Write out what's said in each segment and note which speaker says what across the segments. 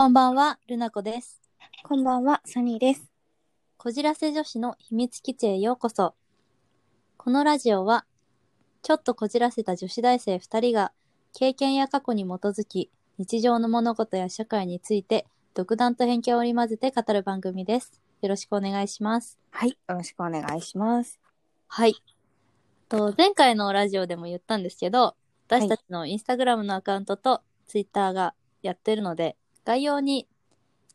Speaker 1: こんばんは、ルナコです。
Speaker 2: こんばんは、サニーです。
Speaker 1: こじらせ女子の秘密基地へようこそ。このラジオは、ちょっとこじらせた女子大生2人が、経験や過去に基づき、日常の物事や社会について、独断と偏見を織り交ぜて語る番組です。よろしくお願いします。
Speaker 2: はい、よろしくお願いします。
Speaker 1: はい。と前回のラジオでも言ったんですけど、私たちのインスタグラムのアカウントとツイッターがやってるので、概要に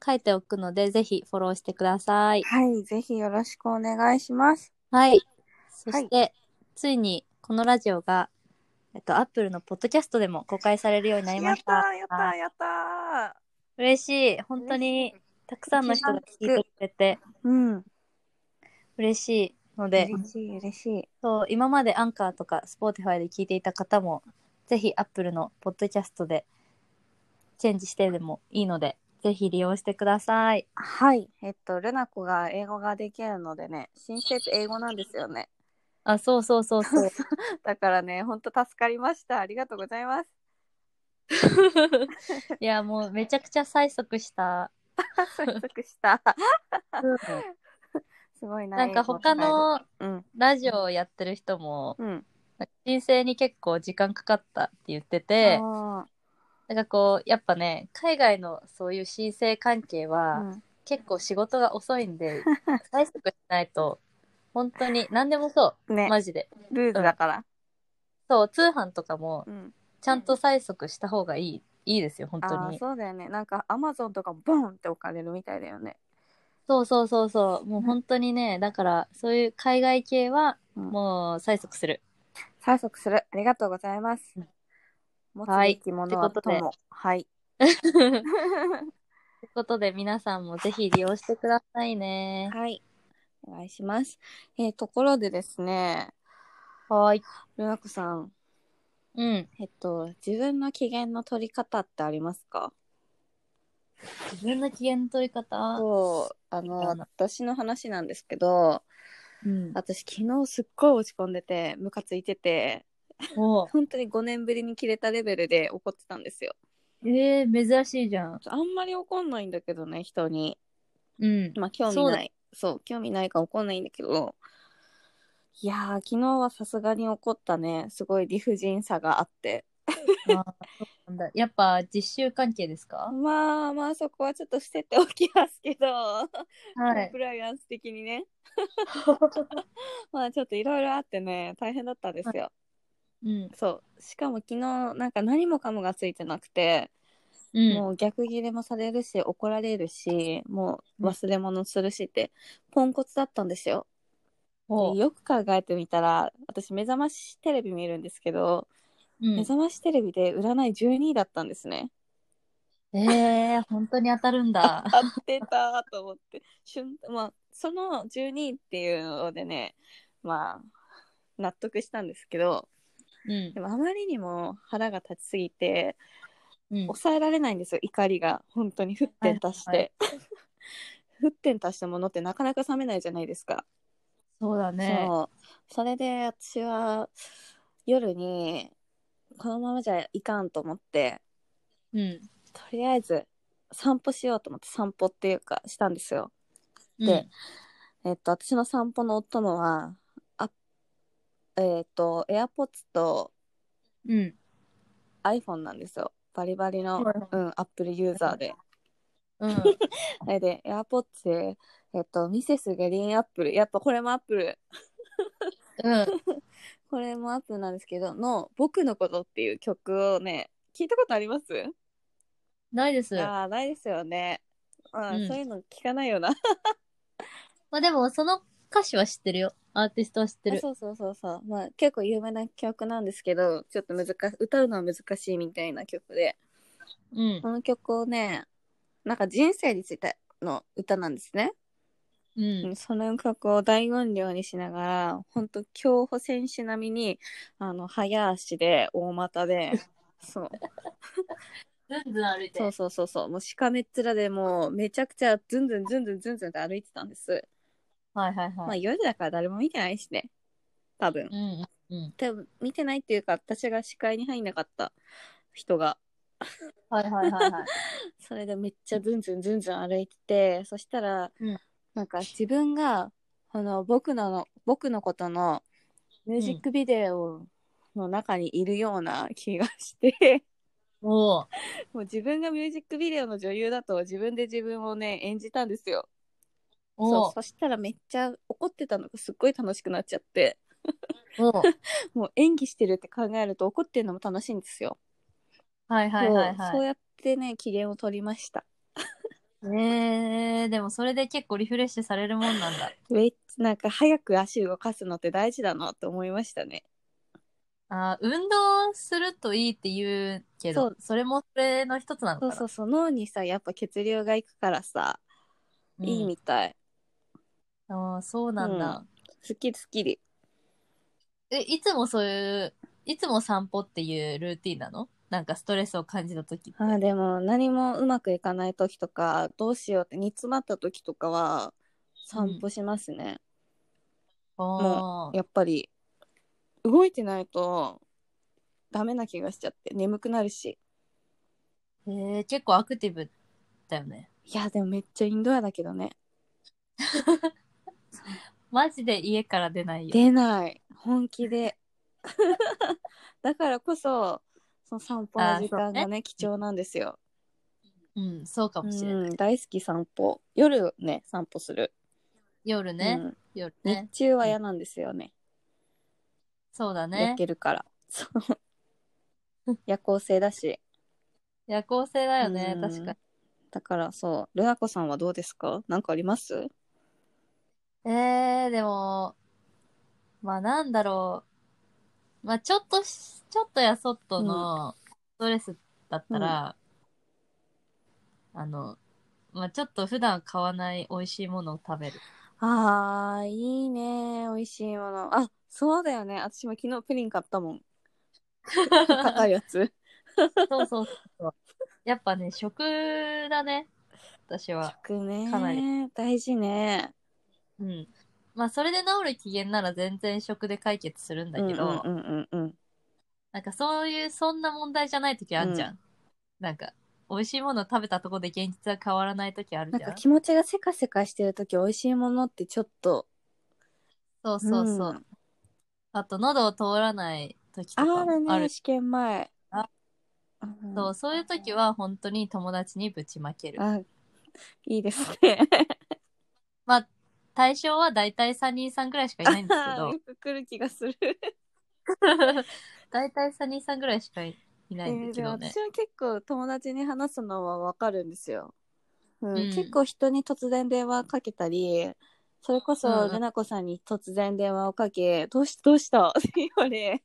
Speaker 1: 書いておくので、ぜひフォローしてください。
Speaker 2: はい、ぜひよろしくお願いします。
Speaker 1: はい。そして、ついにこのラジオが、えっと、アップルのポッドキャストでも公開されるようになりました。
Speaker 2: やったー、やったー、やっ
Speaker 1: 嬉しい。本当にたくさんの人が聞いてくれて
Speaker 2: たー。うん。
Speaker 1: 嬉しいので、
Speaker 2: 嬉しい、嬉しい。
Speaker 1: そう今までアンカーとか Spotify で聞いていた方も、ぜひアップルのポッドキャストでチェンジしてでもいいので、ぜひ利用してください。
Speaker 2: はい、えっと、ルナ子が英語ができるのでね、申請って英語なんですよね。
Speaker 1: あ、そうそうそう そう。
Speaker 2: だからね、ほんと助かりました。ありがとうござい ます。
Speaker 1: いや、もうめちゃくちゃ催促した。
Speaker 2: 約束した。すごいな。
Speaker 1: なんか他の
Speaker 2: 英語を使
Speaker 1: ラジオをやってる人も、
Speaker 2: える。うん、う
Speaker 1: 申
Speaker 2: ん。
Speaker 1: 請に結構時間かかったって言ってて、
Speaker 2: あ
Speaker 1: なんかこう、やっぱね、海外のそういう申請関係
Speaker 2: ー
Speaker 1: は、
Speaker 2: うん
Speaker 1: 結構仕事が遅いん で、対策しないと、本当に何でもそ
Speaker 2: ね
Speaker 1: う、、マジで。
Speaker 2: ルーズだから。
Speaker 1: そう、通販とかも
Speaker 2: う、ん。
Speaker 1: ちゃんと催促した方がいい、いいですよ、本
Speaker 2: あ
Speaker 1: 当
Speaker 2: あ
Speaker 1: に。
Speaker 2: そうだよねなんかアマゾンとかボンって置かれるみたいだよね
Speaker 1: そうそうそうそう、もう本当にね、だから、そういう海外系は、
Speaker 2: うん
Speaker 1: もう催促する。
Speaker 2: 催促するありがとうございます
Speaker 1: うん
Speaker 2: 持つ
Speaker 1: はい
Speaker 2: べきものは
Speaker 1: ってことで
Speaker 2: 友 はい
Speaker 1: ということで、皆さんもぜひ利用してくださいね。
Speaker 2: はいお願いしますえー、ところでですね
Speaker 1: はい。
Speaker 2: ルナコさん
Speaker 1: うん。
Speaker 2: えっと自分の機嫌の取り方ってありますか
Speaker 1: 自分の機嫌の取り方。
Speaker 2: そうあの
Speaker 1: あの
Speaker 2: 私の話なんですけど
Speaker 1: うん。
Speaker 2: 私昨日すっごい落ち込んでてムカついてて
Speaker 1: お
Speaker 2: 本当に5年ぶりに切れたレベルで怒ってたんですよ
Speaker 1: ええ珍しいじゃん。
Speaker 2: あんまり怒んないんだけどね人に
Speaker 1: うん。
Speaker 2: まあ興味ないそう興味ないか怒んないんだけどいやー昨日はさすがに怒ったねすごい理不尽さがあって
Speaker 1: あーそうなんだやっぱ実習関係ですか
Speaker 2: まあまあそこはちょっと伏せておきますけど、
Speaker 1: は
Speaker 2: コンプライアンス的にねまあちょっといろいろあってね大変だったんですよ、
Speaker 1: うん。
Speaker 2: そうしかも昨日なんか何もかもがついてなくて、
Speaker 1: うん。
Speaker 2: もう逆ギレもされるし怒られるしもう忘れ物するしってポンコツだったんですよ
Speaker 1: おう
Speaker 2: よく考えてみたら私目覚ましテレビ見るんですけど、
Speaker 1: うん
Speaker 2: 目覚ましテレビで占い12位だったんで すね
Speaker 1: ええ本当に当たるんだ。
Speaker 2: あってたと思って瞬まあその12位っていうのでねまあ納得したんですけど
Speaker 1: うん
Speaker 2: で。もあまりにも腹が立ちすぎて
Speaker 1: うん。
Speaker 2: 抑えられないんですよ怒りが本当に沸点足して、
Speaker 1: はい
Speaker 2: 沸点足したものってなかなか冷めないじゃないですか
Speaker 1: そうだね。
Speaker 2: そうそれで私は夜にこのままじゃいかんと思って
Speaker 1: うん。
Speaker 2: とりあえず散歩しようと思って散歩っていうかしたんですよ。で、えっと私の散歩のお供はあえっと AirPods と
Speaker 1: うん。うん。
Speaker 2: iPhone なんですよ。バリバリの、
Speaker 1: はいはい
Speaker 2: うん、Apple ユーザーで。
Speaker 1: うん。
Speaker 2: それで AirPods で、えっと、ミセスグリーンアップルやっぱこれもアップル
Speaker 1: うん。
Speaker 2: これもアップルなんですけどの「僕のこと」っていう曲をね聞いたことあります
Speaker 1: ない です。ま
Speaker 2: ああないですよね、まあ
Speaker 1: うん
Speaker 2: そういうの聞かないよなあ
Speaker 1: あでも、その歌詞は知ってるよ。アーティストは知ってる。
Speaker 2: そうそうそうそう、まあ、結構有名な曲なんですけどちょっと難し歌うのは難しいみたいな曲で
Speaker 1: うん
Speaker 2: こ。の曲をねなんか人生についての歌なんですね、
Speaker 1: うん。
Speaker 2: その曲を大音量にしながらほんと競歩選手並みにあの早足で大 股でそう
Speaker 1: ずんずん歩い
Speaker 2: そうそうそうそうもうしかめっ面でもうめちゃくちゃズンズンズンズンズンズンって歩いてたんです
Speaker 1: はいはい
Speaker 2: まあ
Speaker 1: はい。
Speaker 2: 夜だから誰も見てないしね多分
Speaker 1: うん。うん。
Speaker 2: 多分見てないっていうか私が視界に入んなかった人が
Speaker 1: はいはいはいはい。
Speaker 2: それでめっちゃズンズンズンズン歩いててそしたら、
Speaker 1: うん
Speaker 2: なんか自分がこの僕のの僕のことのミュージックビデオの中にいるような気がして、
Speaker 1: おお。
Speaker 2: もう自分がミュージックビデオの女優だと自分で自分をね演じたんですよ
Speaker 1: お
Speaker 2: そう
Speaker 1: お。
Speaker 2: そしたらめっちゃ怒ってたのがすっごい楽しくなっちゃって
Speaker 1: おう
Speaker 2: もう演技してるって考えると怒ってるのも楽しいんですよ
Speaker 1: はいはいはい
Speaker 2: そうそう
Speaker 1: は
Speaker 2: やってね機嫌を取りました
Speaker 1: い。えー、でもそれで結構リフレッシュされるもん なんだ。
Speaker 2: めっなんか早く足動かすのって大事だなと思いましたね
Speaker 1: あー運動するといいって言うけ
Speaker 2: そ
Speaker 1: ど
Speaker 2: う、
Speaker 1: それもそれの一つなのか
Speaker 2: そう
Speaker 1: な。
Speaker 2: そうそう脳にさやっぱ血流がいくからさ、
Speaker 1: うん
Speaker 2: いいみたい
Speaker 1: あーそうなんだ。
Speaker 2: すっきりすっきり
Speaker 1: え、いつもそういう、いつも散歩っていうルーティンなのなんかストレスを感じた時って。
Speaker 2: あーでも何もうまくいかない時とかどうしようって煮詰まった時とかは散歩しますね、
Speaker 1: あー
Speaker 2: やっぱり動いてないとダメな気がしちゃって眠くなるし
Speaker 1: えー、結構アクティブだよね。
Speaker 2: いやでもめっちゃインドアだけどね
Speaker 1: マジで家から出ないよ。
Speaker 2: 出ない本 気でだからこそその散歩の時間
Speaker 1: あー
Speaker 2: が
Speaker 1: そう
Speaker 2: ね貴重なんですよ
Speaker 1: うん、そうかもしれない。
Speaker 2: うん、大好き散歩夜ね散歩する、
Speaker 1: 夜ね、
Speaker 2: うん
Speaker 1: 夜
Speaker 2: 日
Speaker 1: ね。
Speaker 2: 中は嫌なんですよね、
Speaker 1: そうだ
Speaker 2: 焼
Speaker 1: ね。
Speaker 2: けるから そう夜行性だし
Speaker 1: 夜行性だよね
Speaker 2: う、ん
Speaker 1: 確かに。
Speaker 2: だからそうルナコさんはどうですかなんかあります
Speaker 1: えー、でも、まあなんだろう。まあちょっとし、ちょっとやそっとのストレスだったら、あの、まあちょっと普段買わない美味しいものを食べる。
Speaker 2: あーいいね美味しいものあそうだよね私も昨日プリン買った もん高いやつ
Speaker 1: そうそうそう。やっぱね、食だね。私は。
Speaker 2: 食ね
Speaker 1: かな
Speaker 2: 大事ね
Speaker 1: うん。まあそれで治る機嫌なら全然食で解決するんだけど、
Speaker 2: うんうんうんうんうん
Speaker 1: なんかそういう、そんな問題じゃない時あんじゃん。なんか、美味しいもの食べたとこで現実は変わらない時ある
Speaker 2: なん
Speaker 1: じゃん。
Speaker 2: か気持ちがせかせかしてる時美味しいものってちょっと
Speaker 1: そうそうそう。
Speaker 2: ん
Speaker 1: あと、喉を通らない時とか
Speaker 2: ある
Speaker 1: もある
Speaker 2: ね、。試験前。
Speaker 1: あ
Speaker 2: うん
Speaker 1: そう、そういう時は本当に友達にぶちまける。
Speaker 2: あ、いいですね。
Speaker 1: まあ、対象はだいたい3人さんぐらいしかいないんですけど
Speaker 2: よ、く来る気がする。
Speaker 1: だいたい3人さんぐらいしかいないんだけ
Speaker 2: でも
Speaker 1: どね
Speaker 2: 私。は結構友達に話すのはわかるんですよ、うん
Speaker 1: うん
Speaker 2: 結構人に突然電話かけたり、それ
Speaker 1: う
Speaker 2: こ
Speaker 1: ん
Speaker 2: そ
Speaker 1: うん
Speaker 2: ルナ子さんに突然電話をかけ、どうしどうしたって言われ、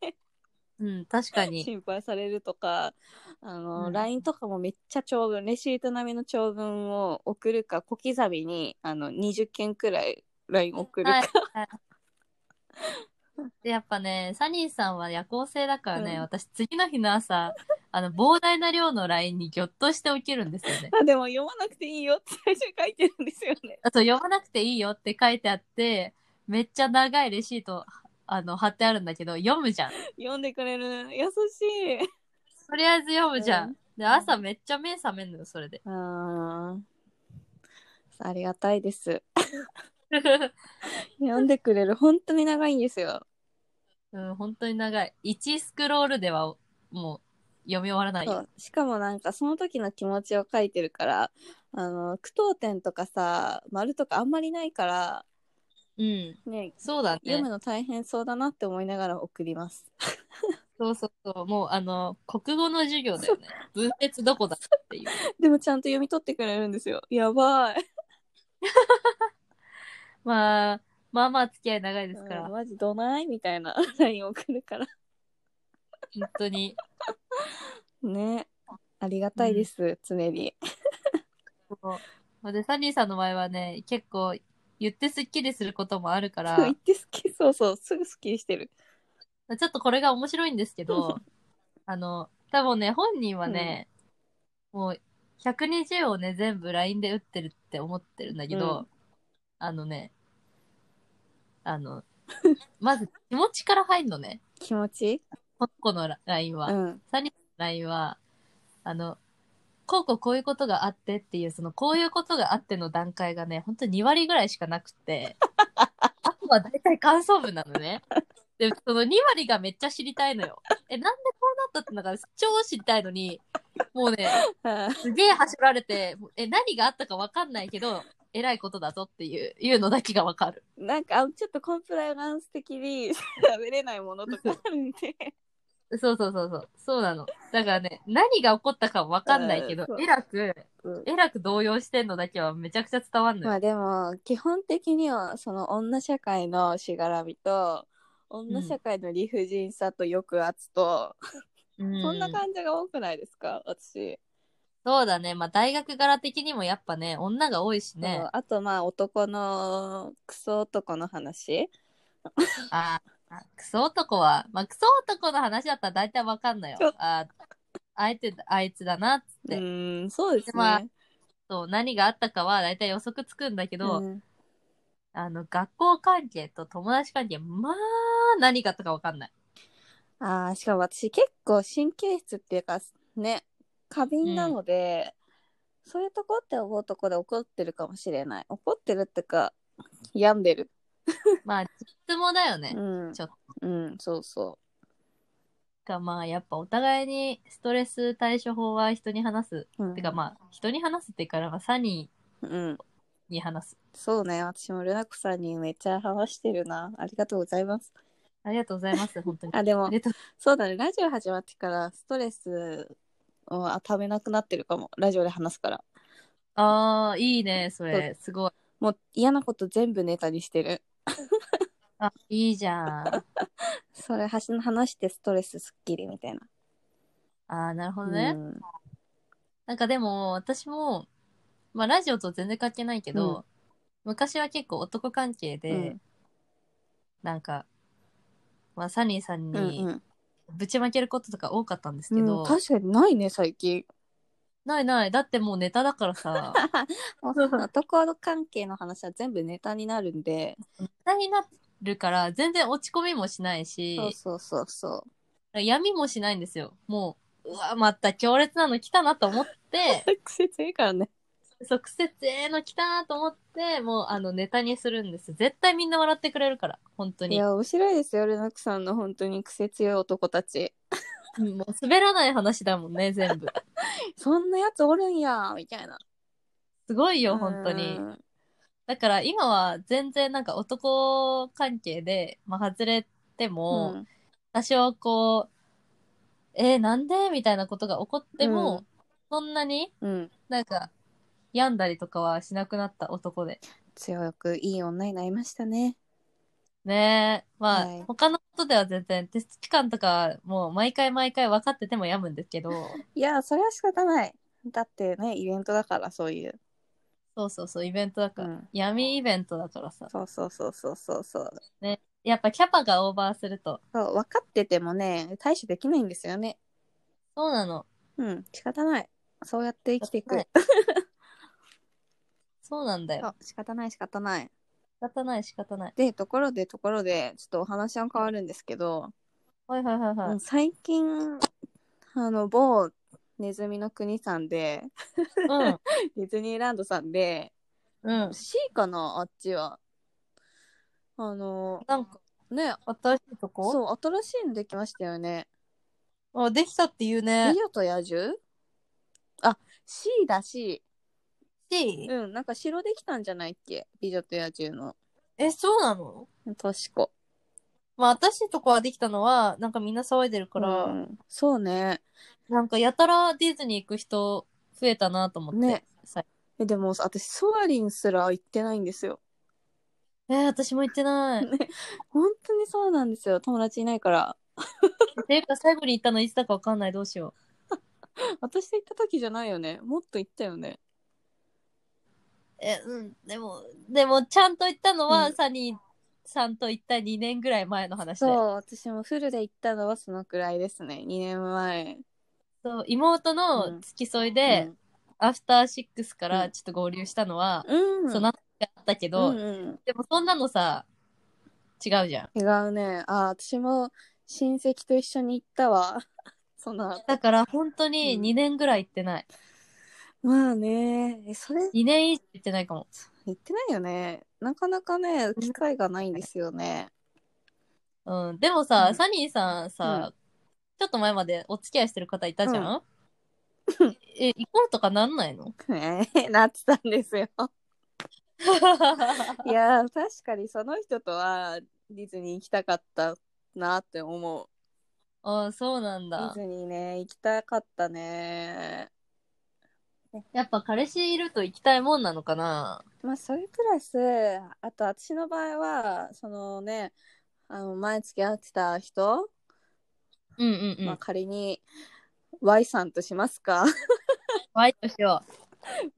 Speaker 1: うん、確かに。
Speaker 2: 心配されるとか、あの、
Speaker 1: うん
Speaker 2: LINE とかもめっちゃ長文、レシート並みの長文を送るか、小刻みに、あの、20件くらい LINE 送るか、
Speaker 1: はい で、やっぱね、サニーさんは夜行性だからね、
Speaker 2: うん
Speaker 1: 私次の日の朝、あの、膨大な量の LINE にぎょっとして起きるんですよね。
Speaker 2: あでも読まなくていいよって最初に書いてるんですよね。
Speaker 1: あと、読まなくていいよって書いてあって、めっちゃ長いレシート、あの、貼ってあるんだけど、読むじゃん。
Speaker 2: 読んでくれる優しい。
Speaker 1: とりあえず読むじゃん。
Speaker 2: うん
Speaker 1: で、朝めっちゃ目覚めるのよ、それで。
Speaker 2: ああ、ありがたいです。読んでくれる本当に長いんですよ。
Speaker 1: うん、本当に長い。1スクロールでは、もう、読み終わらない
Speaker 2: そ
Speaker 1: よ。
Speaker 2: うしかもなんかその時の気持ちを書いてるから、あの句読点とかさ丸とかあんまりないから
Speaker 1: うん。
Speaker 2: ね
Speaker 1: そうだね。
Speaker 2: 読むの大変そうだなって思いながら送ります。
Speaker 1: そうそうそう。もう、あの、国語の授業だよね。文節どこだっていう。
Speaker 2: でもちゃんと読み取ってくれるんですよ。やばい。
Speaker 1: まあ、まあまあ付き合い長いですから、
Speaker 2: うん
Speaker 1: 本
Speaker 2: マジどないみたいな LINE 送るから。
Speaker 1: 当に。
Speaker 2: ねありがたいです、常に。
Speaker 1: そうで、サニーさんの場合はね、結構、言ってすっきりすることもあるか
Speaker 2: そう言
Speaker 1: ら
Speaker 2: っ、て好きそうそうすぐ好きしてる
Speaker 1: ちょっとこれが面白いんですけど、あの、多分ね、本人はね、もう、120をね、全部 LINE で打ってるって思ってるんだけど、
Speaker 2: う
Speaker 1: あのね、あの、まず気持ちから入んのね、
Speaker 2: 気持ちいい
Speaker 1: この子の LINE は。
Speaker 2: うん
Speaker 1: サニーの LINE は、あの、こうこうこういうことがあってっていう、そのこういうことがあっての段階がね、本当に2割ぐらいしかなくて、 あとは大体感想文なのね。で、その2割がめっちゃ知りたいのよ。え、なんでこうなったってのが超知りたいのに、もうね、すげえ走られて、え、何があったかわかんないけど、えらいことだぞっていう、いうのだけがわかる。
Speaker 2: なんかあちょっとコンプライアンス的に 喋れないものとかあるんで
Speaker 1: そうそうそうそう。そうなの。だからね、何が起こったかわかんないけど
Speaker 2: うんそ、う
Speaker 1: えらく、えらく動揺してんのだけはめちゃくちゃ伝わんの
Speaker 2: ま
Speaker 1: よ。
Speaker 2: あでも基本的にはその女社会のしがらみと女社会の理不尽さと抑圧と、そんな
Speaker 1: じ。
Speaker 2: 感じが多くないですか私、
Speaker 1: そうだね。まあ大学柄的にもやっぱね、女が多いしね
Speaker 2: そう。あとまあ男のクソ男の話
Speaker 1: ああ、クソ男は、まあクソ男の話だったら大体わかんないよ
Speaker 2: そう。
Speaker 1: あーあえて、あいつだなっつっ
Speaker 2: う
Speaker 1: て。
Speaker 2: ーんそうですね、
Speaker 1: まあそう何があったかは大体予測つくんだけど、
Speaker 2: うん
Speaker 1: あの、学校関係と友達関係、まあ、何があったかわかんない。
Speaker 2: あーしかも私結構神経質っていうかね過敏なので、そういうとこって思うとこで怒ってるかもしれない怒ってるってか病んでる、
Speaker 1: まあ、質問だよね。
Speaker 2: うん
Speaker 1: ちょっと
Speaker 2: うんそうそう
Speaker 1: かまあやっぱお互いにストレス対処法は人に話す、
Speaker 2: うん
Speaker 1: てかまあ人に話すっていうからまあサニ
Speaker 2: うん、
Speaker 1: ーに話す
Speaker 2: そうね私もルナコさんにめっちゃ話してるなありがとうございます
Speaker 1: ありがとうございます本当に
Speaker 2: あでも
Speaker 1: りがとう
Speaker 2: そうだねラジオ始まってからストレスをあためなくなってるかもラジオで話すから
Speaker 1: ああいいねそれすごい
Speaker 2: もう嫌なこと全部ネタにしてる
Speaker 1: あいいじゃんあ
Speaker 2: それはし話してストレスすっきりみたいな、
Speaker 1: あなるほどね、
Speaker 2: うん
Speaker 1: なんかでも私もまあラジオと全然関係ないけど、昔は結構男関係で、
Speaker 2: うん
Speaker 1: なんかまあサニーさん
Speaker 2: うん
Speaker 1: に
Speaker 2: うん
Speaker 1: ぶちまけることとか多かったんですけど、
Speaker 2: うん確かにないね最近
Speaker 1: ないないだってもうネタだから さ
Speaker 2: もうその男の関係の話は全部ネタになるんで
Speaker 1: 大変になるから全然落ち込みもしない
Speaker 2: そう
Speaker 1: し
Speaker 2: そうそうそ
Speaker 1: 闇もしないんですよもううわまた強烈なの来たなと思って
Speaker 2: う癖強いからね
Speaker 1: 即節ええの来たなと思ってもうあのネタにするんです絶対みんな笑ってくれるから本当
Speaker 2: い
Speaker 1: に
Speaker 2: や面白いですよルナコさんの本当に癖強い男たち
Speaker 1: うんもう滑らない話だもんね全部
Speaker 2: そんなやつおるんやみたいな。
Speaker 1: すごいよ本当に
Speaker 2: うん
Speaker 1: だから今は全然なんか男関係で、まあ、外れても、
Speaker 2: うん
Speaker 1: 多少こうえー、なんでみたいなことが起こっても、
Speaker 2: うん
Speaker 1: そんなに
Speaker 2: うん。
Speaker 1: なんか、病んだりとかはしなくなった男で。
Speaker 2: 強くいい女になりましたね。
Speaker 1: ねえ。まあ、
Speaker 2: はい
Speaker 1: 他のことでは全然、テスト期間とか、もう毎回毎回分かってても病むんですけ ど、
Speaker 2: いや、それは仕方ない。だってね、イベントだから、そういう。
Speaker 1: そうそうそう、イベントだから、
Speaker 2: うん
Speaker 1: 闇イベントだからさ。
Speaker 2: そうそうそうそうそうそう。
Speaker 1: やっぱキャパがオーバーすると、
Speaker 2: そう分かっててもね、対処できないんですよね。
Speaker 1: そうなの。
Speaker 2: うん、仕方ない。そうやって生きていく。
Speaker 1: はい そうなんだ
Speaker 2: そ
Speaker 1: よ。
Speaker 2: う仕方ない、仕方ない。
Speaker 1: 仕方ない、仕方ない。
Speaker 2: で、ところで、ところで、ちょっとお話は変わるんですけど、
Speaker 1: はいはいはいはい。
Speaker 2: うん最近、あの、某ネズミの国さんで、
Speaker 1: うん。
Speaker 2: ディズニーランドさんで、
Speaker 1: うん。
Speaker 2: C かなあっちは。あの
Speaker 1: なんか、
Speaker 2: ね、
Speaker 1: 新しいとこ
Speaker 2: そう、新しいのできましたよね。
Speaker 1: あ、できたって言う
Speaker 2: 美
Speaker 1: ね。
Speaker 2: 女と野獣あ、C だ C。
Speaker 1: し
Speaker 2: うん、なんか城できたんじゃないっけ美女と野獣の。
Speaker 1: え、そうなの
Speaker 2: としこ。
Speaker 1: まあ、新しいとこはできたのは、なんかみんな騒いでるから、
Speaker 2: うんそうね。
Speaker 1: なんかやたらディズニー行く人増えたなと思って。
Speaker 2: ね
Speaker 1: さ
Speaker 2: え、でも私、ソアリンすら行ってないんですよ。
Speaker 1: えー私も行って ない。っ
Speaker 2: 本当にそうなんですよ。友達いないから。
Speaker 1: ていうか最後に行ったのいつだかわかんないどうしよ
Speaker 2: 私と行った時じゃないよね。もっと行ったよね。
Speaker 1: う。え、うん、でも、でもちゃんと行ったのは、
Speaker 2: うん
Speaker 1: サニーさんと行った2年ぐらい前の話で。
Speaker 2: そう
Speaker 1: そう、、
Speaker 2: 私もフルで行ったのはそのくらいですね。2年前。
Speaker 1: 妹
Speaker 2: う
Speaker 1: の
Speaker 2: ん
Speaker 1: 付き添いで、アフターシックスか
Speaker 2: う
Speaker 1: ら
Speaker 2: ん
Speaker 1: ちょっと合流したのは、
Speaker 2: うん、うん。
Speaker 1: そう何回かあったけど、
Speaker 2: うんうん
Speaker 1: でもそんなのさ、違うじゃん。
Speaker 2: 違うね。あ、私も親戚と一緒に行ったわ。 その後
Speaker 1: だから本当に
Speaker 2: うん
Speaker 1: 2年ぐらい行ってない。
Speaker 2: まあねえそれ
Speaker 1: 2年以上行ってないかも。
Speaker 2: 言ってないよねなかなかね機会がないんですよね
Speaker 1: うん。でもさ、
Speaker 2: うん
Speaker 1: サニーさんさ、ちょっと前までお付き合いしてる方いたじゃん、 え、行こうとかなんないの
Speaker 2: ねえなってたんですよ いやー確かにその人とはディズニー行きたかったなって思う
Speaker 1: ああ、そうなん
Speaker 2: デ
Speaker 1: だ
Speaker 2: ィ。ズニーね行きたかったね
Speaker 1: やっぱ彼氏いると行きたいもんなのかな
Speaker 2: まあそれプラスあと私の場合はそのねあの前付き合ってた人、
Speaker 1: うんうんう
Speaker 2: まあ
Speaker 1: ん。
Speaker 2: 仮に Y さんとしますか
Speaker 1: バイトしよ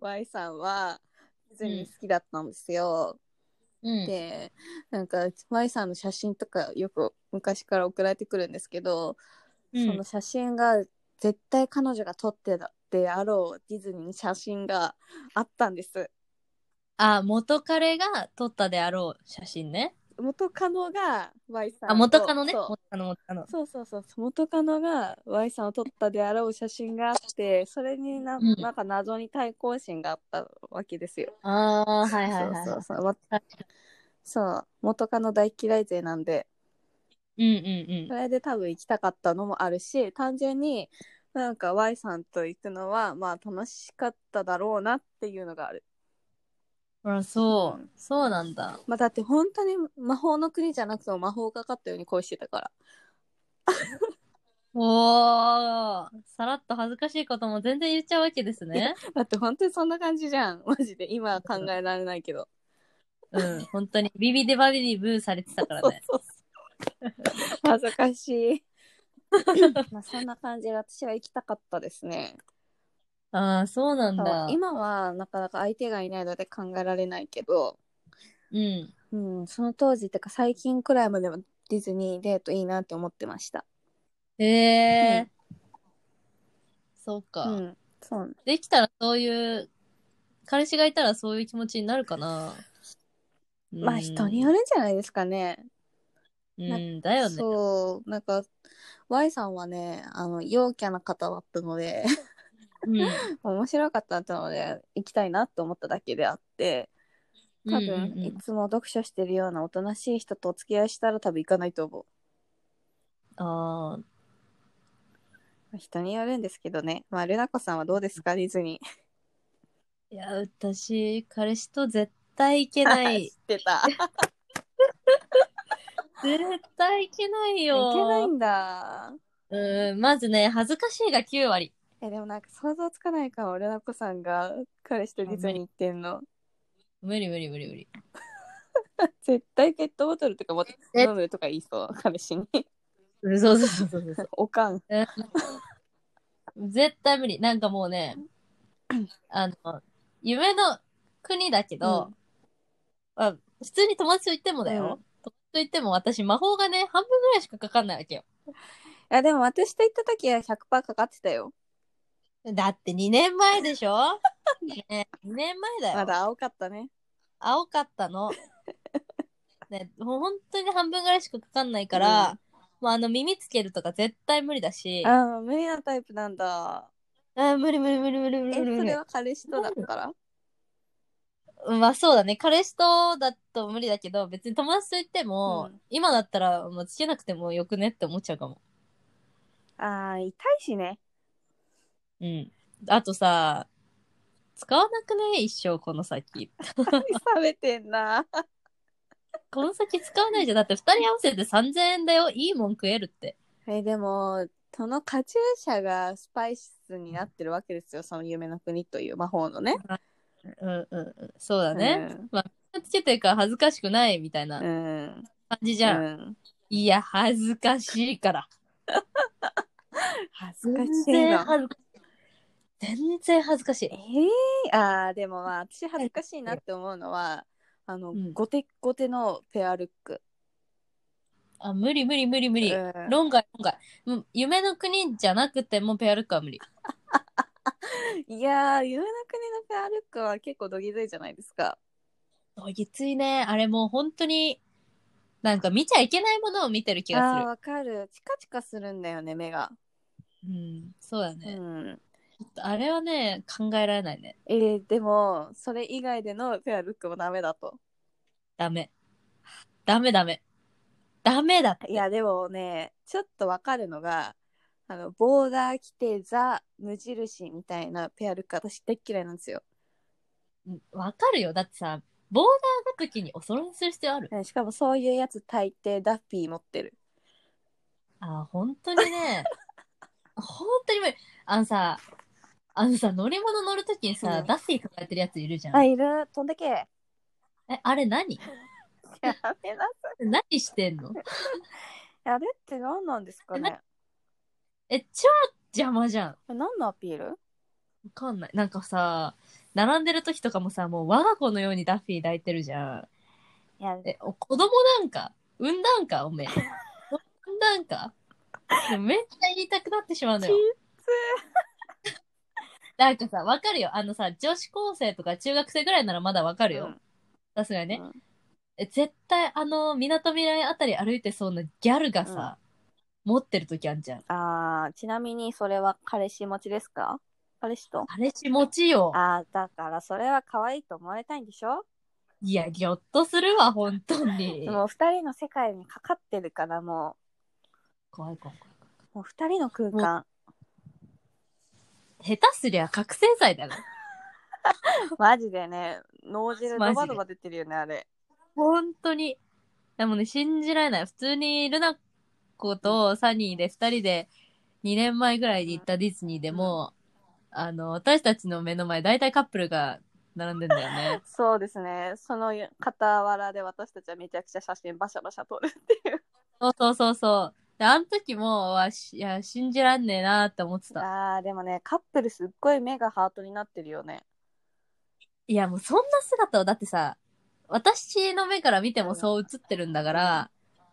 Speaker 2: Y さんはディズニー好きだったんですよ、
Speaker 1: う。うん。
Speaker 2: でなんか Y さんの写真とかよく昔から送られてくるんですけど、
Speaker 1: うん
Speaker 2: その写真が絶対彼女が撮ってたであろうディズニーの写真があったんです
Speaker 1: ああ、元彼が撮ったであろう写真ね。
Speaker 2: 元カノが Y さんと
Speaker 1: あ、元カノね。
Speaker 2: そう
Speaker 1: 元カノ元カノ。
Speaker 2: そうそうそう元カノが Y さんを撮ったであろう写真があってそれにな,、
Speaker 1: うん
Speaker 2: ん、なんか謎に対抗心があったわけですよ。
Speaker 1: ああ、はいはいはい。
Speaker 2: そうそうそうわ
Speaker 1: 確
Speaker 2: そう元カノ大嫌い勢なんで
Speaker 1: うんうん
Speaker 2: それで多分行きたかったのもあるし単純になんか Y さんと行くのはまあ楽しかっただろうなっていうのがある。
Speaker 1: うん。あそうう。そうなんだ。
Speaker 2: まあ、だって本当に魔法の国じゃなくても魔法かかったように恋してたから。
Speaker 1: おー。さらっと恥ずかしいことも全然言っちゃうわけですね。
Speaker 2: だって本当にそんな感じじゃんマジで今は考えられないけど。
Speaker 1: うん。本当に。ビビデバビビブーされてたから
Speaker 2: そう
Speaker 1: ね。
Speaker 2: そうそう恥ずかしい。 まあそんな感じで私は行きたかったですね。
Speaker 1: ああ、そうなんだ。
Speaker 2: 今はなかなか相手がいないので考えられないけど、
Speaker 1: うん。
Speaker 2: うん、その当時ってか最近くらいまではディズニーデートいいなって思ってました。
Speaker 1: へえ。そう
Speaker 2: う
Speaker 1: か。
Speaker 2: ん、そう
Speaker 1: できたらそういう、彼氏がいたらそういう気持ちになるかな。
Speaker 2: まあ人によ
Speaker 1: る。
Speaker 2: るんじゃないですかね。
Speaker 1: うん、だよね。
Speaker 2: そうなんか Y さんはねあの陽キャな方だったので
Speaker 1: うん
Speaker 2: 面白かったので行きたいなと思っただけであって。 多
Speaker 1: うん
Speaker 2: 分、
Speaker 1: うんう
Speaker 2: い
Speaker 1: ん
Speaker 2: つも読書してるようなおとなしい人とお付き合いしたら多分行かないと思
Speaker 1: ああ、
Speaker 2: う人によるんですけどねまあルナ子さんはどうですかディズニ
Speaker 1: いや、私、彼氏と絶対いけ
Speaker 2: ー
Speaker 1: な
Speaker 2: 知
Speaker 1: い
Speaker 2: っ。てたい
Speaker 1: 絶対いけない
Speaker 2: け
Speaker 1: よ。
Speaker 2: ないんだ
Speaker 1: うん、まずね、恥ずかしいが9割。
Speaker 2: えでもなんか想像つかないかもルナ子さんが彼氏とディズニー行ってんの
Speaker 1: 無理無理無理無理。
Speaker 2: 絶対ペットボトルとか持って
Speaker 1: え
Speaker 2: 飲むとか言いそう 彼氏に
Speaker 1: うんそうそうそうそうそう。
Speaker 2: おかん
Speaker 1: うん絶対無理。なんかもうね、あの、夢の国だけど、まあ、普通に友達と行ってもだよ。
Speaker 2: うん
Speaker 1: 友達と行っても私、魔法がね、半分ぐらいしかかかんないわけよ。
Speaker 2: いやでも私と行った時は100%かかってたよ
Speaker 1: だって2年前でし ょね、2年前だよ。
Speaker 2: まだ青かったね
Speaker 1: 青かったの。ね、もう本当に半分ぐらいしかかかんないから、もうあの耳つけるとか絶対無理だし、あ
Speaker 2: ああ無理なタイプなんだ
Speaker 1: ー無理無理無理無理無
Speaker 2: え
Speaker 1: 理
Speaker 2: そ
Speaker 1: 無理無理
Speaker 2: れ。は彼氏とだったから
Speaker 1: うんまあそうだね、彼氏とだと無理だけど、別に友達と行っても、
Speaker 2: うん
Speaker 1: 今だったらもうつけなくてもよくねって思っちゃうかも。
Speaker 2: ああ痛いしね
Speaker 1: うん。あとさ、使わなくね一生この先。
Speaker 2: 冷めてんな。
Speaker 1: この先使わないじゃん。だって2人合わせて3000円だよ。いいもん食えるって。
Speaker 2: え、でも、そのカチューシャがスパイスになってるわけですよ。その夢の国という魔法のね。
Speaker 1: うんうんうん。そうだね。
Speaker 2: うん
Speaker 1: まあ、つけてるから恥ずかしくないみたいな
Speaker 2: う
Speaker 1: 感
Speaker 2: ん。
Speaker 1: じじゃん。
Speaker 2: うん
Speaker 1: いや、恥ずかしいから。
Speaker 2: 恥ずかし
Speaker 1: 全
Speaker 2: い
Speaker 1: 然
Speaker 2: の。
Speaker 1: 恥ずかしい。全然恥ずかしい
Speaker 2: え。ー、あーでも まあ、私恥ずかしいなって思うのは、あの、
Speaker 1: うん
Speaker 2: ゴテゴテのペアルック。
Speaker 1: あ、無理無理無理無理。
Speaker 2: うん
Speaker 1: 論外論外。うん夢の国じゃなくてもペアルックは無理。
Speaker 2: いやー、夢の国のペアルックは結構どぎづいじゃないですか。
Speaker 1: おいきついね。あれもう本当に、なんか見ちゃいけないものを見てる気
Speaker 2: あ
Speaker 1: が
Speaker 2: あー、
Speaker 1: する。
Speaker 2: わかる。チカチカするんだよね、目が。
Speaker 1: うん、そうや
Speaker 2: う
Speaker 1: ね、
Speaker 2: ん、
Speaker 1: あれはね、考えられないね。
Speaker 2: えーでもそれ以外でのペアルックもダメだと
Speaker 1: ダメ。ダメダメ。ダメだって。
Speaker 2: いやでもねちょっとわかるのがあのボーダー着てザ無印みたいなペアルック私大っ嫌いなんですよ
Speaker 1: うんわかるよ。だってさ、ボーダーの時にお揃いにする必要ある。
Speaker 2: ねしかもそういうやつ大抵ダッフィー持ってる
Speaker 1: あー、本当に ね。本当に無理。あのさ、あのさ、乗り物乗る時にさ、
Speaker 2: うん
Speaker 1: ダッフィー抱えてるやついるじゃん。
Speaker 2: あいる飛んでけや
Speaker 1: え、あれ何
Speaker 2: めなさい
Speaker 1: 何してんの
Speaker 2: あれって何なんですかね
Speaker 1: え、超邪魔じゃん。わ
Speaker 2: 何のアピール
Speaker 1: かんない。なんかさ、並んでる時とかもさ、もう我が子のようにダッフィー抱いてるじゃん。
Speaker 2: いや
Speaker 1: え、お子供なんか産んだんかおめえ。産んだんかめっちゃ言いたくなってしまうのよ。なんかさ、わかるよ。あのさ、女子高生とか中学生ぐらいならまだわかる
Speaker 2: う
Speaker 1: よ
Speaker 2: ん。
Speaker 1: さすがにね
Speaker 2: う。ん
Speaker 1: え絶対あの、みなとみらいあたり歩いてそうなギャルがさ、持ってる時あんじゃん。
Speaker 2: あーちなみにそれは彼氏持ちですか彼氏と
Speaker 1: あれし持ちよ。
Speaker 2: あーだからそれは可愛いと思われたいんでしょ
Speaker 1: いや、ぎょっとするわ、本当に。
Speaker 2: もう二人の世界にかかってるからも
Speaker 1: 怖い怖い怖い。
Speaker 2: うもう二人の 空間
Speaker 1: 下手すりゃ覚醒剤だな。
Speaker 2: マジでね脳汁
Speaker 1: マジ
Speaker 2: ド
Speaker 1: で
Speaker 2: バドバ出てるよねあれ。
Speaker 1: 本当に。でもね、信じられない。普通にルナ子とサニーで2人で2年前ぐらいに行ったディズニーでも、あの、私たちの目の前、大体カップルが並んでんだよね
Speaker 2: そうですねその傍らで私たちはめちゃくちゃ写真バシャバシャ撮るっていう
Speaker 1: そうそうそうそう。で、あの時も、わしいや、信じらんねえなって思ってた。
Speaker 2: あーでもねカップルすっごい目がハートになってるよね
Speaker 1: いや、もうそんな姿を、だってさ、私の目から見てもそう映ってるんだから、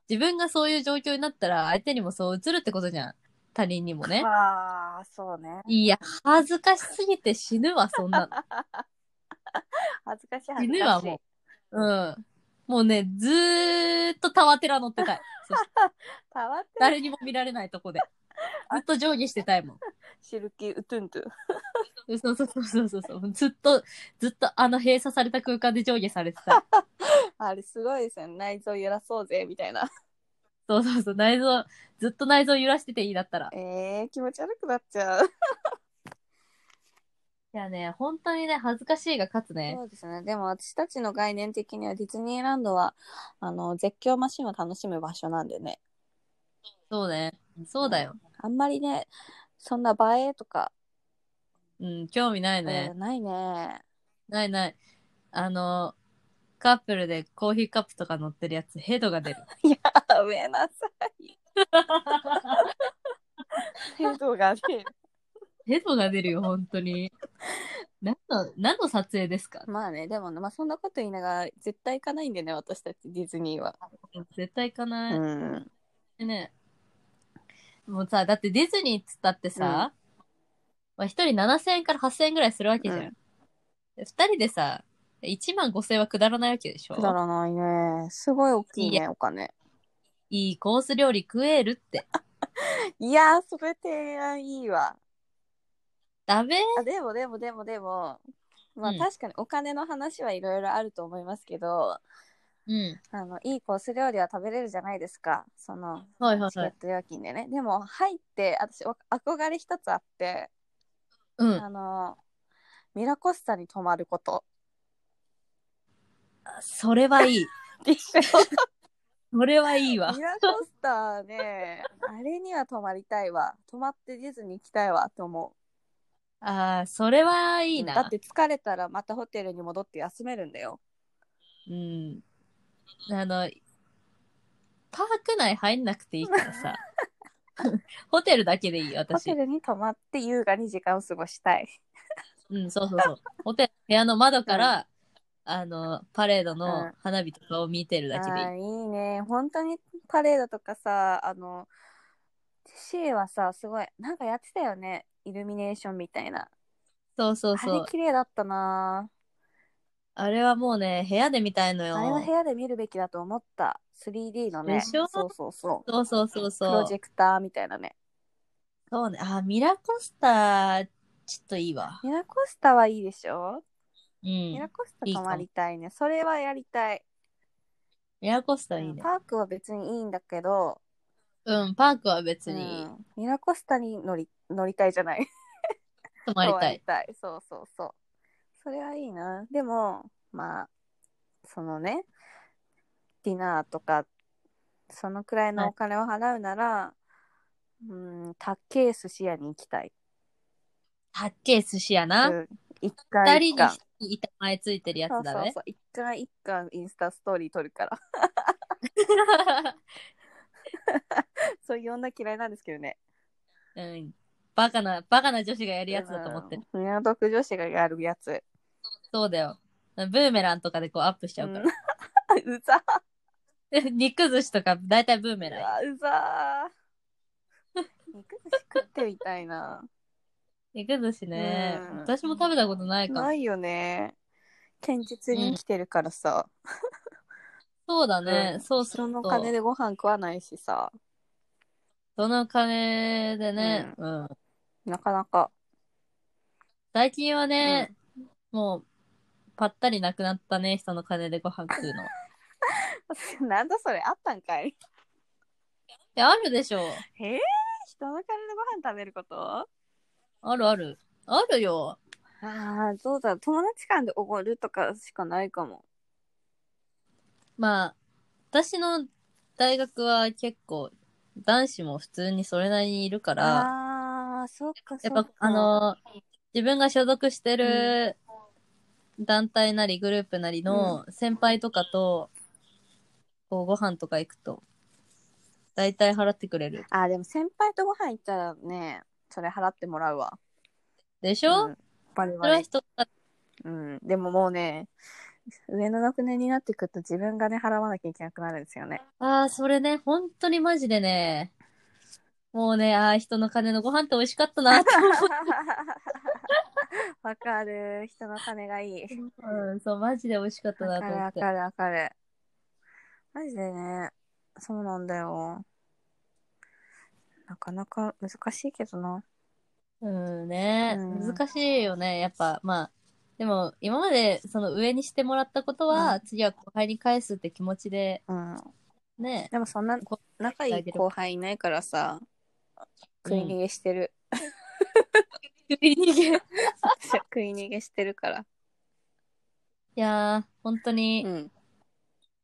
Speaker 1: 自分がそういう状況になったら、相手にもそう映るってことじゃん。他人にもね。
Speaker 2: ああそうね
Speaker 1: いや、恥ずかしすぎて死ぬわ、そんなの。
Speaker 2: 恥ずかしい恥
Speaker 1: 死
Speaker 2: ずかしい
Speaker 1: ぬわ、もう。うん。もうね、ずーっとタワテラ乗ってたい。そ して
Speaker 2: たわって
Speaker 1: 誰にも見られないとこで。ずっと上下してたいもん。
Speaker 2: シルキーウトゥントゥン
Speaker 1: そうそうそうそうそうそう。ずっと、ずっとあの閉鎖された空間で上下されてたい。
Speaker 2: あれすごいですよね内臓揺らそうぜみたい な
Speaker 1: そうそうそう。内臓、ずっと内臓揺らしてていいだったら。
Speaker 2: えー、気持ち悪くなっちゃう
Speaker 1: いやね、本当にね、恥ずかしいが勝つね
Speaker 2: そ。うですねでも私たちの概念的にはディズニーランドはあの絶叫マシンを楽しむ場所なんでね
Speaker 1: そうね。そうだよ。
Speaker 2: あんまりねそんな映えとか、
Speaker 1: うん、興味ないね
Speaker 2: う。ん ないね
Speaker 1: ないない。あの、カップルでコーヒーカップとか乗ってるやつ、ヘドが出る。
Speaker 2: やめなさいヘドがね
Speaker 1: ヘドが出るよ、本当に。何の、何の撮影ですか
Speaker 2: まあねでも、まあ、そんなこと言いながら絶対行かないんでね私たちディズニーは
Speaker 1: 絶対行か
Speaker 2: う
Speaker 1: ない。
Speaker 2: ん
Speaker 1: ねもうさ、だってディズニーっつったってさ、まあ、一人7000円から8000円ぐらいするわけじゃん。
Speaker 2: うん
Speaker 1: で二人でさ、1万5000円はくだらないわけでしょ
Speaker 2: くだらないねすごい大きい
Speaker 1: いい
Speaker 2: ねお金
Speaker 1: いいコース料理食えるって。
Speaker 2: いやーそれ提案いいわ
Speaker 1: ダメ
Speaker 2: あでもでもでもでもまあ、
Speaker 1: うん
Speaker 2: 確かにお金の話はいろいろあると思いますけど
Speaker 1: うん。
Speaker 2: あのいいコース料理は食べれるじゃないですかその
Speaker 1: はいはい
Speaker 2: チケ
Speaker 1: は
Speaker 2: ッ
Speaker 1: い。
Speaker 2: ト料金でね、でも入って私わ憧れ一つあって、
Speaker 1: うん。
Speaker 2: あのミラコスタに泊まる こと
Speaker 1: それはいい。
Speaker 2: でしょ
Speaker 1: それはいいわ
Speaker 2: ミ。ラコスタねあれには泊まりたいわ泊まってディズニー行きたいわと思
Speaker 1: ああ、それは
Speaker 2: う
Speaker 1: いいな。
Speaker 2: だって疲れたらまたホテルに戻って休めるんだよ
Speaker 1: うん。あの、パーク内入んなくていいから さ。ホテルだけでいい、
Speaker 2: ホ
Speaker 1: 私
Speaker 2: テ。ルに泊まって優雅に時間を過ごしたい
Speaker 1: うん、そうそうそう。ホテル、部屋の窓から、あの、パレード
Speaker 2: う
Speaker 1: の
Speaker 2: ん
Speaker 1: 花火とかを見てるだけでいい。
Speaker 2: あーいいね本当にパレードとかさあの C はさすごいなんかやってたよねイルミネーションみたいな
Speaker 1: そうそうそ
Speaker 2: あ
Speaker 1: う
Speaker 2: れ。綺麗だったな
Speaker 1: あれはもうね、部屋で見たいのよ
Speaker 2: あ。れは部屋で見るべきだと思った 3D のね
Speaker 1: でしょ
Speaker 2: そうそうそう
Speaker 1: そうそうそう
Speaker 2: プロ
Speaker 1: そ
Speaker 2: ジ
Speaker 1: う。
Speaker 2: ェクターみたいなね
Speaker 1: そうね。あ、ミラコスタ、ちょっといいわ。
Speaker 2: ミラコスタはいいでしょ、
Speaker 1: うん。
Speaker 2: ミ
Speaker 1: ミ
Speaker 2: ラ
Speaker 1: ラ
Speaker 2: コスタ泊まりたいね。それはやりたい。
Speaker 1: コスタいいね
Speaker 2: パ。ークは別にいいんだけど、
Speaker 1: うん、パークは別
Speaker 2: う
Speaker 1: に
Speaker 2: ん、ミラコスタに乗り乗りたいじゃない。
Speaker 1: 泊まり
Speaker 2: 泊
Speaker 1: たい。
Speaker 2: たいそうそうそう。それはいいな。でも、まあ、そのね、ディナーとか、そのくらいのお金を払うなら、うん、たっけえ寿司屋に行きたい。
Speaker 1: たっけえ寿司や
Speaker 2: う
Speaker 1: な。
Speaker 2: ん一
Speaker 1: 二
Speaker 2: 回一
Speaker 1: 人
Speaker 2: 貫
Speaker 1: に一人前ついてるやつ
Speaker 2: そう
Speaker 1: だ
Speaker 2: そう
Speaker 1: ね。
Speaker 2: そう。一回一貫インスタストーリー撮るから。 そういう女嫌いなんですけどね。
Speaker 1: うん。バカな、バカな女子がやるやつだと思ってる。
Speaker 2: うん。港区女子がやるやつ。
Speaker 1: そうだよ。ブーメランとかでこうアップしちゃうから。
Speaker 2: うん うざ
Speaker 1: 肉寿司とか大体ブーメ
Speaker 2: う
Speaker 1: ラン。
Speaker 2: わうざー肉寿司食ってみたいな。
Speaker 1: 肉寿司ね
Speaker 2: うん。
Speaker 1: 私も食べたことないかも
Speaker 2: な。いよね。堅実に生きてるからさ、
Speaker 1: そうだね。
Speaker 2: うん
Speaker 1: そうそ
Speaker 2: 人
Speaker 1: う
Speaker 2: の
Speaker 1: そう
Speaker 2: 金。でご飯食わないしさ、
Speaker 1: その金でね。うん。
Speaker 2: なかなか。
Speaker 1: 最近はね、もう、ぱったりなくなったね、人の金でご飯食うの。い
Speaker 2: なんだそれ、あったんかい。
Speaker 1: や、あるでしょ。
Speaker 2: えー、人の金でご飯食べること
Speaker 1: あるある。あるよ。
Speaker 2: ああ、どうだろう、友達間でおごるとかしかないかも。
Speaker 1: まあ、私の大学は結構、男子も普通にそれなりにいるから、
Speaker 2: ああー、そっかそ
Speaker 1: や
Speaker 2: っ
Speaker 1: っ
Speaker 2: か。
Speaker 1: ぱ、あの、自分が所属してる団体なりグループなりの先輩とかと、こう、ご飯とか行くと、大体払ってくれる。
Speaker 2: あーでも先輩とご飯行ったらね、それ払ってもらうわ。
Speaker 1: でしょ、
Speaker 2: うんバリ
Speaker 1: そ
Speaker 2: バ
Speaker 1: れは
Speaker 2: リ。
Speaker 1: 人が
Speaker 2: うん、でももうね、上の学年になってくると自分がね、払わなきゃいけなくなるんです よね。
Speaker 1: ああ、それね、本当にマジでね、もうね、ああ、人の金のご飯って美味しかったなって思
Speaker 2: わかる。人の金がいい。
Speaker 1: う。うん、そう、マジで美味しかったな
Speaker 2: わか
Speaker 1: と
Speaker 2: る
Speaker 1: 思
Speaker 2: わ
Speaker 1: って。
Speaker 2: かるわかる。マジでね、そうなんだよ。なかなか難しいけどな。
Speaker 1: うんね、
Speaker 2: うん
Speaker 1: 難しいよね、やっぱ、まあ、でも、今まで、その上にしてもらったことは、
Speaker 2: う
Speaker 1: 次は後輩に返すって気持ちで、
Speaker 2: うん。
Speaker 1: ね、
Speaker 2: でもそんな
Speaker 1: こ
Speaker 2: 仲いい後輩いないからさ、食い逃げし てる。
Speaker 1: 食い逃げ。い
Speaker 2: 食い逃げしてるから。
Speaker 1: やー、本当に
Speaker 2: うん。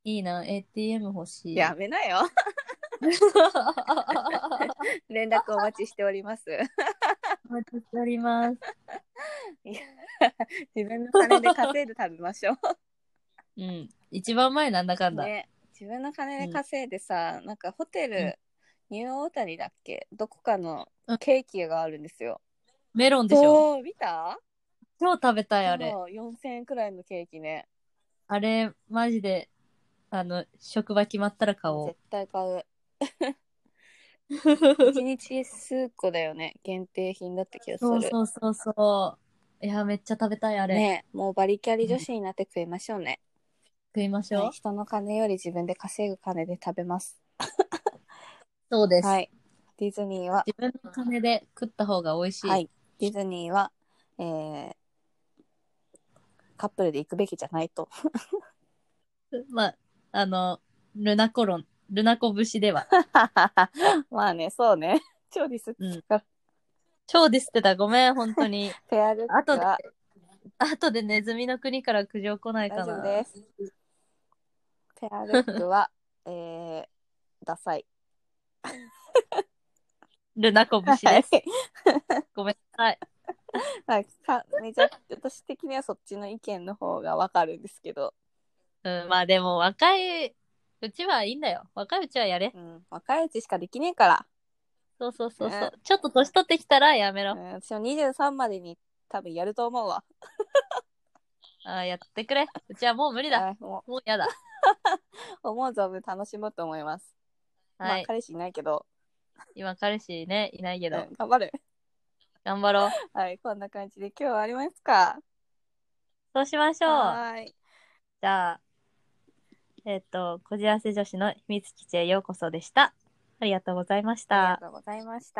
Speaker 1: いいな、ATM 欲しい。
Speaker 2: やめなよ。 連絡お待ちしております。
Speaker 1: お待ちしております。
Speaker 2: 自分の金で稼いで食べましょう。
Speaker 1: うん、一番前 なんだかんだ。
Speaker 2: ね、自分の金で稼いでさ、なんかホテル、ニューオータニだっけどこかの
Speaker 1: うん
Speaker 2: ケーキがあるんですよ。
Speaker 1: メロンでしょ
Speaker 2: そう見た
Speaker 1: 超食べたい、あれ。
Speaker 2: そう ?4000 円くらいのケーキね。
Speaker 1: あれ、マジで、あの、職場決まったら買おう
Speaker 2: 絶。対買 う。
Speaker 1: そ
Speaker 2: 1日数個だよね。限定品だった気がする。
Speaker 1: うそうそうそう。いや、めっちゃ食べたい、あれ。
Speaker 2: ねもうバリキャリ女子になって食いましょうね。
Speaker 1: 食いましょう。
Speaker 2: はい、人の金より自分で稼ぐ金で食べます。
Speaker 1: そうです、
Speaker 2: はい。ディズニーは、
Speaker 1: 自分の金で食った方が美味しい。
Speaker 2: はい。ディズニーは、えー、カップルで行くべきじゃないと。
Speaker 1: まあ、あの、ルナコロン、ルナコ節では。
Speaker 2: まあね、そうね。調理する
Speaker 1: うん
Speaker 2: か、
Speaker 1: 超ディスってた。ごめん、本当 に。
Speaker 2: ペアルック
Speaker 1: 後で
Speaker 2: は、
Speaker 1: 後でネズミの国から苦情来ないか
Speaker 2: 大丈
Speaker 1: な。
Speaker 2: 夫です。ペアルックは、 えー、ダサい。
Speaker 1: ルナコ節です。ごめんなさい。
Speaker 2: はいかめちゃ私的にはそっちの意見の方がわかるんですけど、
Speaker 1: うん、まあでも、若いうちはいいんだよ。若いうちはやれ。
Speaker 2: うん、若いうちしかできねえか
Speaker 1: そうそうそうそう、
Speaker 2: ね
Speaker 1: ちょっと年取ってきたらやめろ。
Speaker 2: ら、うん、私も23までに多分やると思うわ。
Speaker 1: あーやってくれ。うちはもう無理だ。
Speaker 2: はい、も
Speaker 1: もうやだ。
Speaker 2: う思う存分楽しもうと思います。
Speaker 1: は
Speaker 2: まあ
Speaker 1: い。
Speaker 2: 彼氏いないけど、
Speaker 1: 今、彼氏ね、いないけ
Speaker 2: う
Speaker 1: ど
Speaker 2: ん、、頑張る。
Speaker 1: 頑張ろう。
Speaker 2: はい、こんな感じで今日は終わりますか。
Speaker 1: そうしましょう。
Speaker 2: はーい。
Speaker 1: じゃあ、えっ、と、こじらせ女子の秘密基地へようこそでした。ありがとうございました
Speaker 2: あり。がとうございました。